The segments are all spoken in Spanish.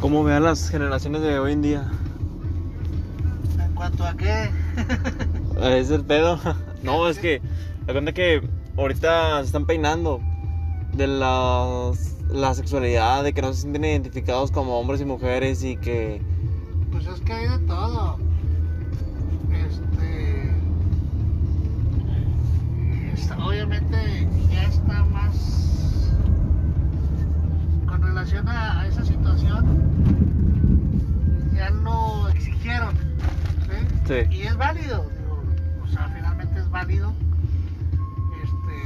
cómo vean las generaciones de hoy en día. ¿En cuanto a qué? Ah, Es el pedo. No, es que la cuenta que ahorita se están peinando de las, la sexualidad, de que no se sienten identificados como hombres y mujeres y que... pues es que hay de todo. Este. está- obviamente ya está más. Con relación a, a esa situación, ya lo exigieron. ¿sí? Sí. Y es válido, digo, o sea, finalmente es válido. Este,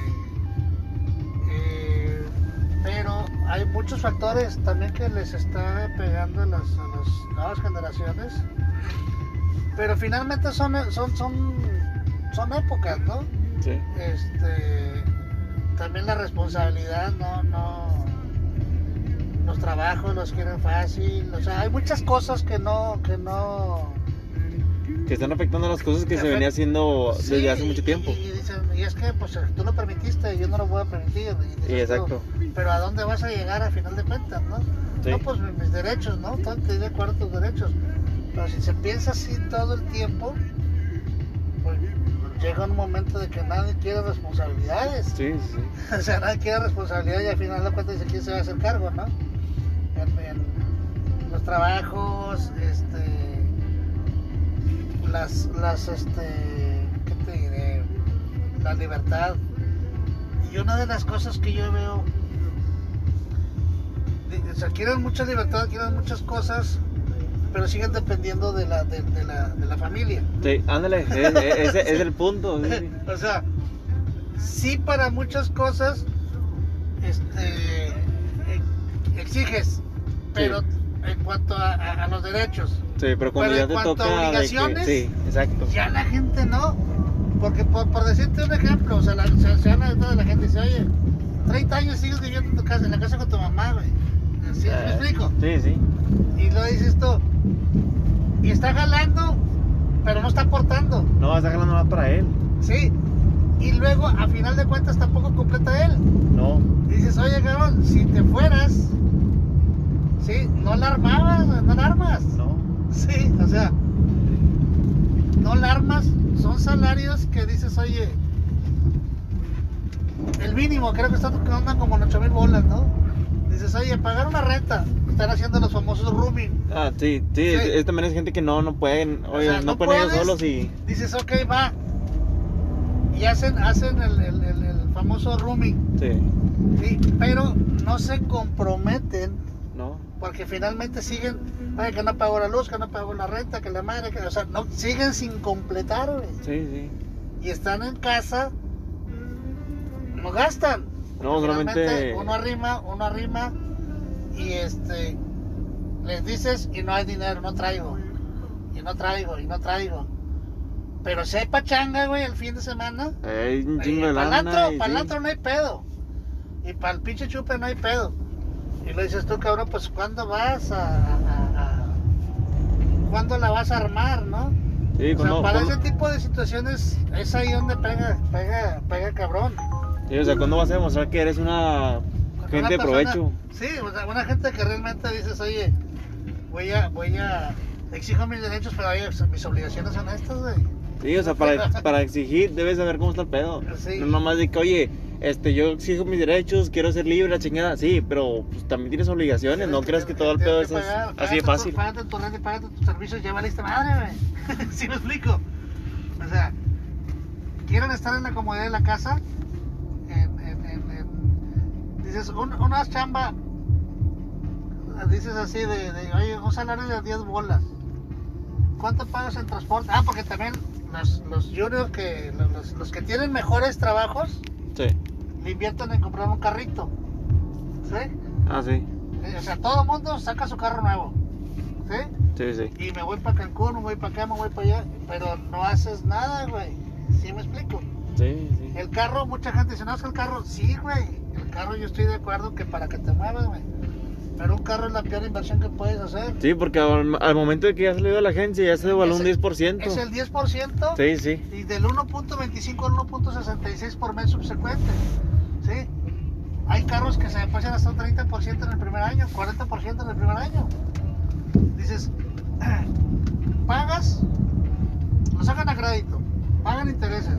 eh, pero hay muchos factores también que les está pegando a las, a las nuevas generaciones. Pero finalmente son, son, son, son épocas, ¿no? Sí. Este, también la responsabilidad, no, no, los trabajos los quieren fácil, o sea, hay muchas cosas que no, que no, Que están afectando las cosas que se Afect- venía haciendo Sí, desde hace mucho y- tiempo. Y, dicen, "Y es que pues tú lo permitiste, yo no lo voy a permitir. Y dices Sí, exacto. tú, Pero ¿a dónde vas a llegar a final de cuentas, no? Sí. No, pues mi- mis derechos, ¿no? Todo- Estoy de acuerdo con tus derechos. Pero si se piensa así todo el tiempo, pues llega un momento de que nadie quiere responsabilidades. Sí, sí, sí. O sea, nadie quiere responsabilidad y al final de cuentas dice quién se va a hacer cargo, ¿no? En, en los trabajos, este, las, las, este, ¿qué te diré? La libertad. Y una de las cosas que yo veo, de- o sea, quieren mucha libertad, quieren muchas cosas, pero siguen dependiendo de la, de- de la, de la familia. Sí, ándale, es, es- es- es el punto. sí, sí. O sea, sí para muchas cosas este, eh, exiges, pero Sí. en cuanto a, a- a los derechos, Sí, pero cuando Pero en ya te cuanto a toca. de que- obligaciones, sí, exacto. ya la gente no. Porque por, por decirte un ejemplo, o sea, la, se, se habla de todo, la gente dice, oye, 30 años sigues viviendo en tu casa, en la casa con tu mamá, güey. ¿Sí? ¿Me Eh, explico? Sí, sí. Y lo dices tú, y está jalando, pero no está aportando, No, está jalando más para él. ¿sí? Y luego, a final de cuentas, tampoco completa él. No. Dices, oye, cabrón, si te fueras, sí, no la armabas, güey, no la armas. No. Sí, o sea, no la armas, son salarios que dices, oye, el mínimo, creo que está tocando como en 8 mil bolas, ¿no? Dices, oye, pagar una renta, están haciendo los famosos rooming. Ah, sí, sí. Sí. Es, es- también es gente que no, no pueden. O Oye, sea, no, no pueden ellos puedes. solos y. Dices, ok, va. Y hacen, hacen el, el- el- el famoso rooming, Sí. ¿sí? pero no se comprometen No. porque finalmente siguen, ay, que no pagó la luz, que no pagó la renta, que la madre, que, o sea, no, siguen sin completar, güey. Sí, sí. Y están en casa, no gastan. No, Finalmente, solamente. Uno arrima, uno arrima, y este, les dices, y no hay dinero, no traigo, y no traigo, y no traigo. Pero si hay pachanga, güey, el fin de semana, Hay un y chingo de para lana. y sí. el antro no hay pedo. Y para el pinche chupe no hay pedo. Y le dices tú, cabrón, pues ¿cuándo vas a...? a- a- ¿Cuándo la vas a armar, no? Sí, pues O sea, cuando, para cuando- ese tipo de situaciones es ahí donde pega, pega, pega cabrón. sí, o sea, ¿cuándo vas a demostrar que eres una Con gente una de persona- provecho? Sí, o sea, una gente que realmente dices, oye, voy a, voy a, exijo mis derechos, pero oye, mis obligaciones son estas, güey. Sí, o sea, para, para exigir debes saber cómo está el pedo. Sí. No nomás de que, oye, este, yo exijo mis derechos, quiero ser libre, la chingada. Sí, pero pues, también tienes obligaciones, no creas que todo el pedo es as- así Ah, pues, de fácil. Pagate tu renta, pagate tus servicios, ya valiste madre, güey. ¿Sí me explico? O sea, quieren estar en la comodidad de la casa. En, en, en, en- dices, un- una chamba, dices así de, de, oye, un salario de 10 bolas. ¿Cuánto pagas en transporte? Ah, porque también los, los juniors, que, los, los que tienen mejores trabajos, Sí. le invierten en comprar un carrito. ¿Sí? Ah, sí. Eh, O sea, todo el mundo saca su carro nuevo. ¿Sí? Sí, sí. Y me voy para Cancún, me voy para acá, me voy para allá. Pero no haces nada, güey. ¿Sí me explico? Sí, sí. El carro, mucha gente dice, no, es que el carro, sí, güey. El carro yo estoy de acuerdo que para que te muevas, güey. Pero un carro es la peor inversión que puedes hacer. Sí, porque al, al momento de que ya salió de la agencia ya se devaluó un Ese- 10%. Es el 10%. Sí, sí. y del 1.25 al 1.66 por mes subsecuente. ¿sí? Hay carros que se pasan hasta un 30% en el primer año, 40% en el primer año. dices, pagas, lo sacan a crédito, pagan intereses.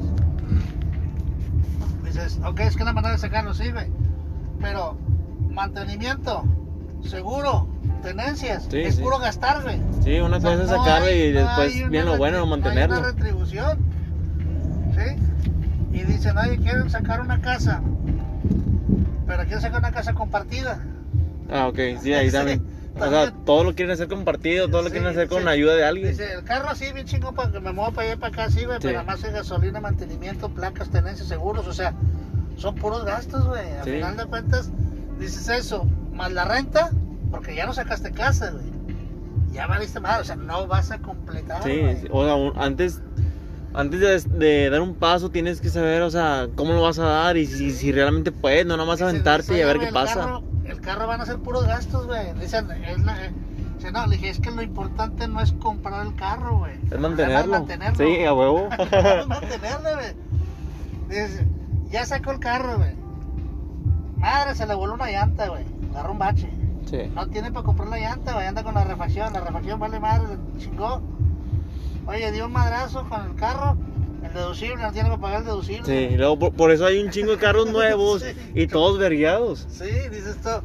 Dices, ok, es que la manera de sacarlo sí, güey. Pero mantenimiento, seguro, tenencias, Sí, es sí. puro gastar, güey. Sí, una O sea, cosa es no sacarlo hay- y no después hay una viene lo bueno, retri- mantenerlo. No hay una retribución. ¿Sí? Y dicen, oye, quieren sacar una casa. Pero quieren sacar una casa compartida. Ah, ok, sí, ahí Sí, también. O sea, también. todo lo quieren hacer compartido, todo lo Sí, quieren hacer con dice- la ayuda de alguien. Dice, el carro así, bien chingón, para que me mueva para allá y para acá, sí, güey. Sí. Pero nada más es gasolina, mantenimiento, placas, tenencias, seguros. O sea, son puros gastos, güey. Al Sí. final de cuentas, dices eso, más la renta, porque ya no sacaste casa, güey. Ya valiste madre, o sea, no vas a completar. Sí, güey. sí, o sea, un- antes, antes de, de dar un paso tienes que saber, o sea, cómo lo vas a dar y si, si realmente puedes, no nomás Dicen, aventarte y "Oye, a ver güey, qué el pasa. carro- el carro van a ser puros gastos, güey. Dicen, es la- eh, dice, no, le dije, es que lo importante no es comprar el carro, güey. El Es problema mantenerlo. mantenerlo. Sí, a huevo. El problema es mantenerlo, güey. Dices, ya sacó el carro, güey. Madre, se le voló una llanta, güey. Agarró un bache. Sí, No tiene para comprar la llanta, güey. Anda con la refacción. La refacción vale madre, le chingó. Oye, dio un madrazo con el carro. El deducible, no tiene para pagar el deducible. sí, y luego por, por eso hay un chingo de carros nuevos Sí. y todos vergueados. Sí, dices esto.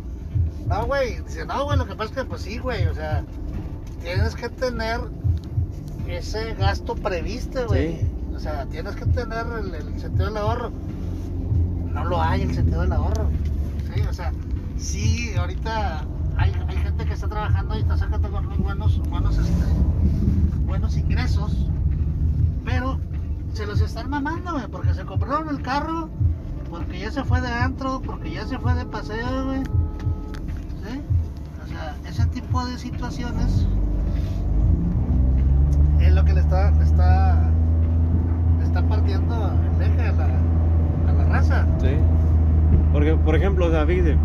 No, güey. Dice, no, güey, lo que pasa es que, pues sí, güey. O sea, tienes que tener ese gasto previsto, güey. Sí. O sea, tienes que tener el, el sentido del ahorro. No lo hay, el sentido del ahorro. Sí, o sea, sí, ahorita hay, hay gente que está trabajando y está sacando con unos buenos, buenos, este, buenos ingresos, pero se los están mamando, güey, porque se compraron el carro, porque ya se fue de antro, porque ya se fue de paseo, güey. ¿Sí? O sea, ese tipo de situaciones es lo que le está, le está, le está partiendo el eje a la, a la raza. Sí. Porque, por ejemplo, o sea, fíjese,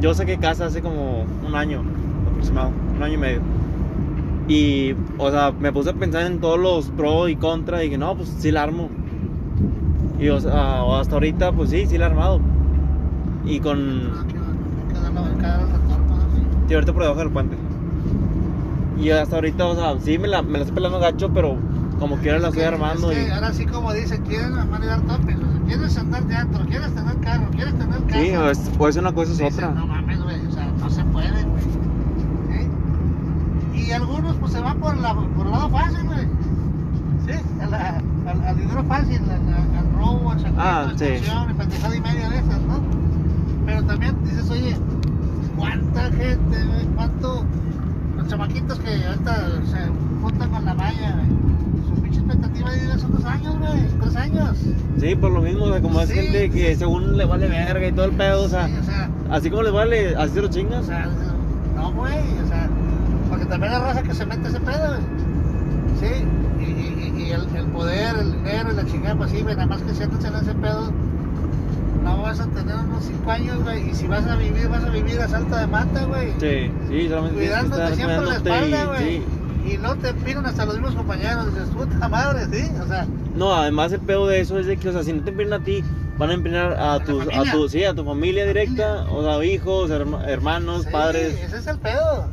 yo saqué casa hace como un año aproximado, un año y medio. Y, o sea, me puse a pensar en todos los pros y contras y dije, no, pues sí la armo. Y, o sea, o hasta ahorita, pues sí, sí la he armado. Y con. Y ahorita por debajo del puente. Y hasta ahorita, o sea, sí me la, me la estoy pelando gacho, pero como quiera la estoy armando. Es que y- ahora sí como dicen, quieren manejar topes, o sea, quieres andar de antro, quieres tener carro, quieres tener casa. Sí, o es, o es una cosa, es Dicen, Pues otra. No mames, güey, o sea, no se puede, güey. ¿Sí? Y algunos pues se van por, la, por el lado fácil, güey. Sí, a la- al, al dinero fácil, al, al- al robo, al saqueo, Ah, a la sí. extorsión, y pendejada y media de esas, ¿no? Pero también dices, oye, ¿cuánta gente, güey? ¿Cuánto? Los chamaquitos que ahorita se juntan con la malla, güey. Su pinche expectativa de vida son dos años, güey, tres años. Sí, por lo mismo, o sea, como es Sí, gente que según le vale verga y todo el pedo, o sea, Sí, o sea, así como le vale, así se lo O chingas. sea, no, güey, o sea, porque también la raza que se mete ese pedo, güey. Sí, y, y- y- y el, el poder, el dinero y la chingada, pues sí, güey, nada más que sientes en ese pedo, no vas a tener unos 5 años, güey, y si vas a vivir, vas a vivir a salta de mata, güey. Sí, sí, solamente tienes que Cuidándote estar siempre la cuidándote espalda, y güey. sí. Y no te piran hasta los mismos compañeros, dices, puta madre, sí, o sea, No, además el pedo de eso es de que, o sea, si no te empinan a ti, van a empinar A a la tu, a familia. tu, sí, a tu familia directa, o sea, hijos, herma- hermanos, Sí, padres. Ese es el pedo.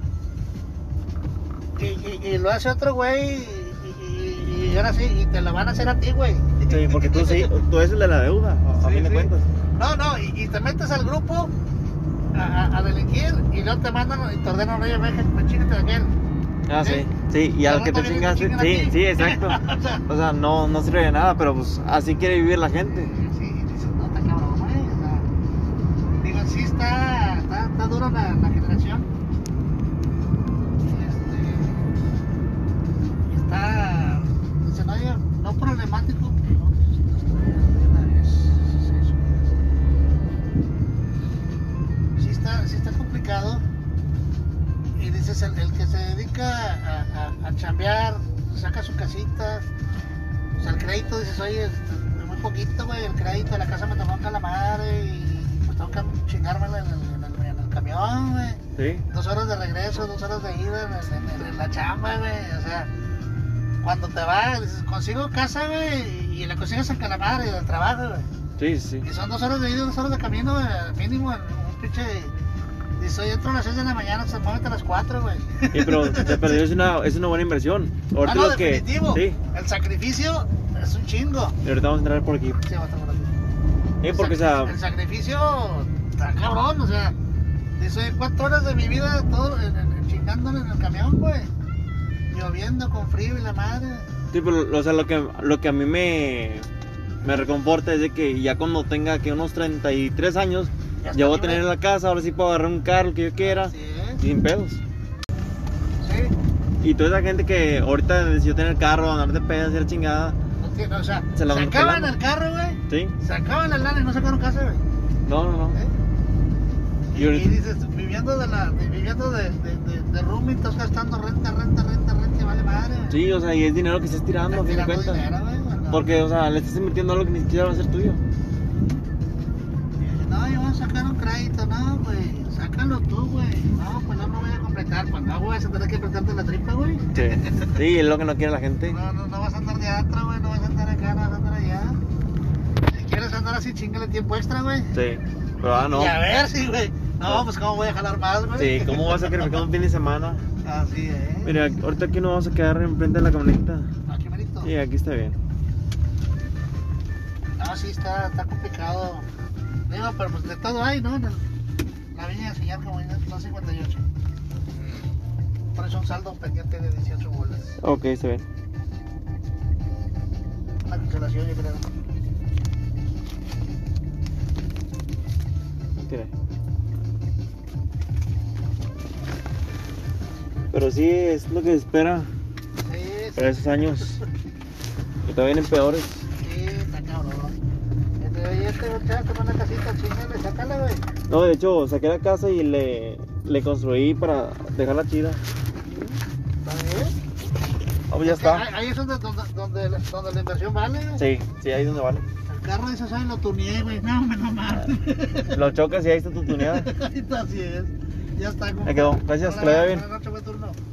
Y, y- y lo hace otro güey y, y- y ahora sí, y te la van a hacer a ti, güey. Sí, porque tú sí, tú eres el de la deuda, a- a Sí, fin de sí. cuentas. No, no, y, y te metes al grupo a, a- a delinquir y no te mandan y te ordenan, oye, ve, que me chingate de aquel. Ah, sí, Sí. sí, y al Luego que te también te chingaste, chingan a sí, ti. sí, exacto. O sea, O sea, no, no sirve de nada, pero pues así quiere vivir la gente. Sí, y dices, no, está cabrón, güey. o sea, digo, sí está, está, está duro la, la generación. Este, está, dicen, oye, no problemático. pero no, pues, no está bien, una vez, sí, sí, sí. Sí está, sí está complicado. Y dices, el, el que se dedica a, a, a chambear, saca su casita, o sea, el pues, crédito dices, oye, este, muy poquito, güey, el crédito de la casa me tomó acá la madre y pues tengo que chingármela en el, en el- en el camión, güey. Sí, Dos horas de regreso, dos horas de ida en, en- en la chamba, güey. O sea, cuando te vas, dices, consigo casa, güey, y la consigues en Calamar y del trabajo, sí, güey. sí. Y son dos horas de ida, dos horas de camino, güey, mínimo en un pinche Dice, oye, entro a las 6 de la mañana, se muévete a las 4, güey. Y pero si te perdió es una, es una buena inversión. Ahorita Ah, no, lo que. definitivo. Sí. El sacrificio es un chingo. Y ahorita vamos a entrar por aquí. Sí, va a estar por aquí. Eh, El porque o sac- sea. El sacrificio está cabrón, o sea. Dice, oye, cuatro horas de mi vida todo en- en- en- chingándole en el camión, güey. Lloviendo con frío y la madre. Sí, pero, o sea, lo que, lo que a mí me, me reconforta es de que ya cuando tenga que unos 33 años, Ya ya, está voy a libre. tener en la casa, ahora sí puedo agarrar un carro que yo quiera, Así es, sin pedos. sí. Y toda esa gente que ahorita decidió tener carro, andar de pedas, hacer chingada, No tiene- o sea, Se se, la van acaban pelando. el carro, güey. ¿sí? Se acaban las lana y no sacaron casa, güey. No, no, no. ¿eh? Y Y, ahorita- dices, viviendo de la, de- viviendo de, de, de, de roomie, estás gastando renta, renta, renta, renta, y vale madre. güey. Sí, o sea, y es dinero que estás tirando, a Estás fin de tirando cuentas. dinero, güey, ¿verdad? Porque, o sea, le estás invirtiendo algo que ni siquiera va a ser tuyo. No, yo voy a sacar un crédito, no, güey. Sácalo tú, güey. No, pues no lo voy a completar. Pues no, güey, vas a tener que apretarte la tripa, güey. Sí. sí, es lo que no quiere la gente. No, no, no vas a andar de atrás, güey. No vas a andar acá, no vas a andar allá. Si quieres andar así, chingale tiempo extra, güey. Sí, pero ah, no. Y a ver si, güey. No, pues cómo voy a jalar más, güey. Sí, ¿cómo vas a sacrificar un fin de semana? Así es. Ah, Mira, ahorita aquí nos vamos a quedar enfrente de la camioneta. Aquí, manito. Y aquí está bien. No, Ah, sí, está, está complicado. Digo, pero pues de todo hay, ¿no? En el- la Viña del Señor, como dices, son 58. Por eso un saldo pendiente de 18 bolas. Ok, está bien. Una cancelación, yo creo. Tira. Pero sí, es lo que se espera Sí, sí. para esos años. Que todavía vienen peores. Sí, está cabrón. Este, oye, este güey, chaval, con una casita, chingale, sacala, güey. No, de hecho, saqué la casa y le, le construí para dejarla chida. ¿Está bien? Ah, pues ya Ahí, está. ahí es donde, donde, donde, la- donde la inversión vale, güey. Sí, sí, ahí es donde vale. El carro dice, ¿sabes? Lo tuneé, güey. No, me no mames. Lo chocas y ahí está tu tuneada. Ahí está, así es. Ya está, compa. Ah. quedó. Gracias, que le vaya bien. Buenas noches, buen turno.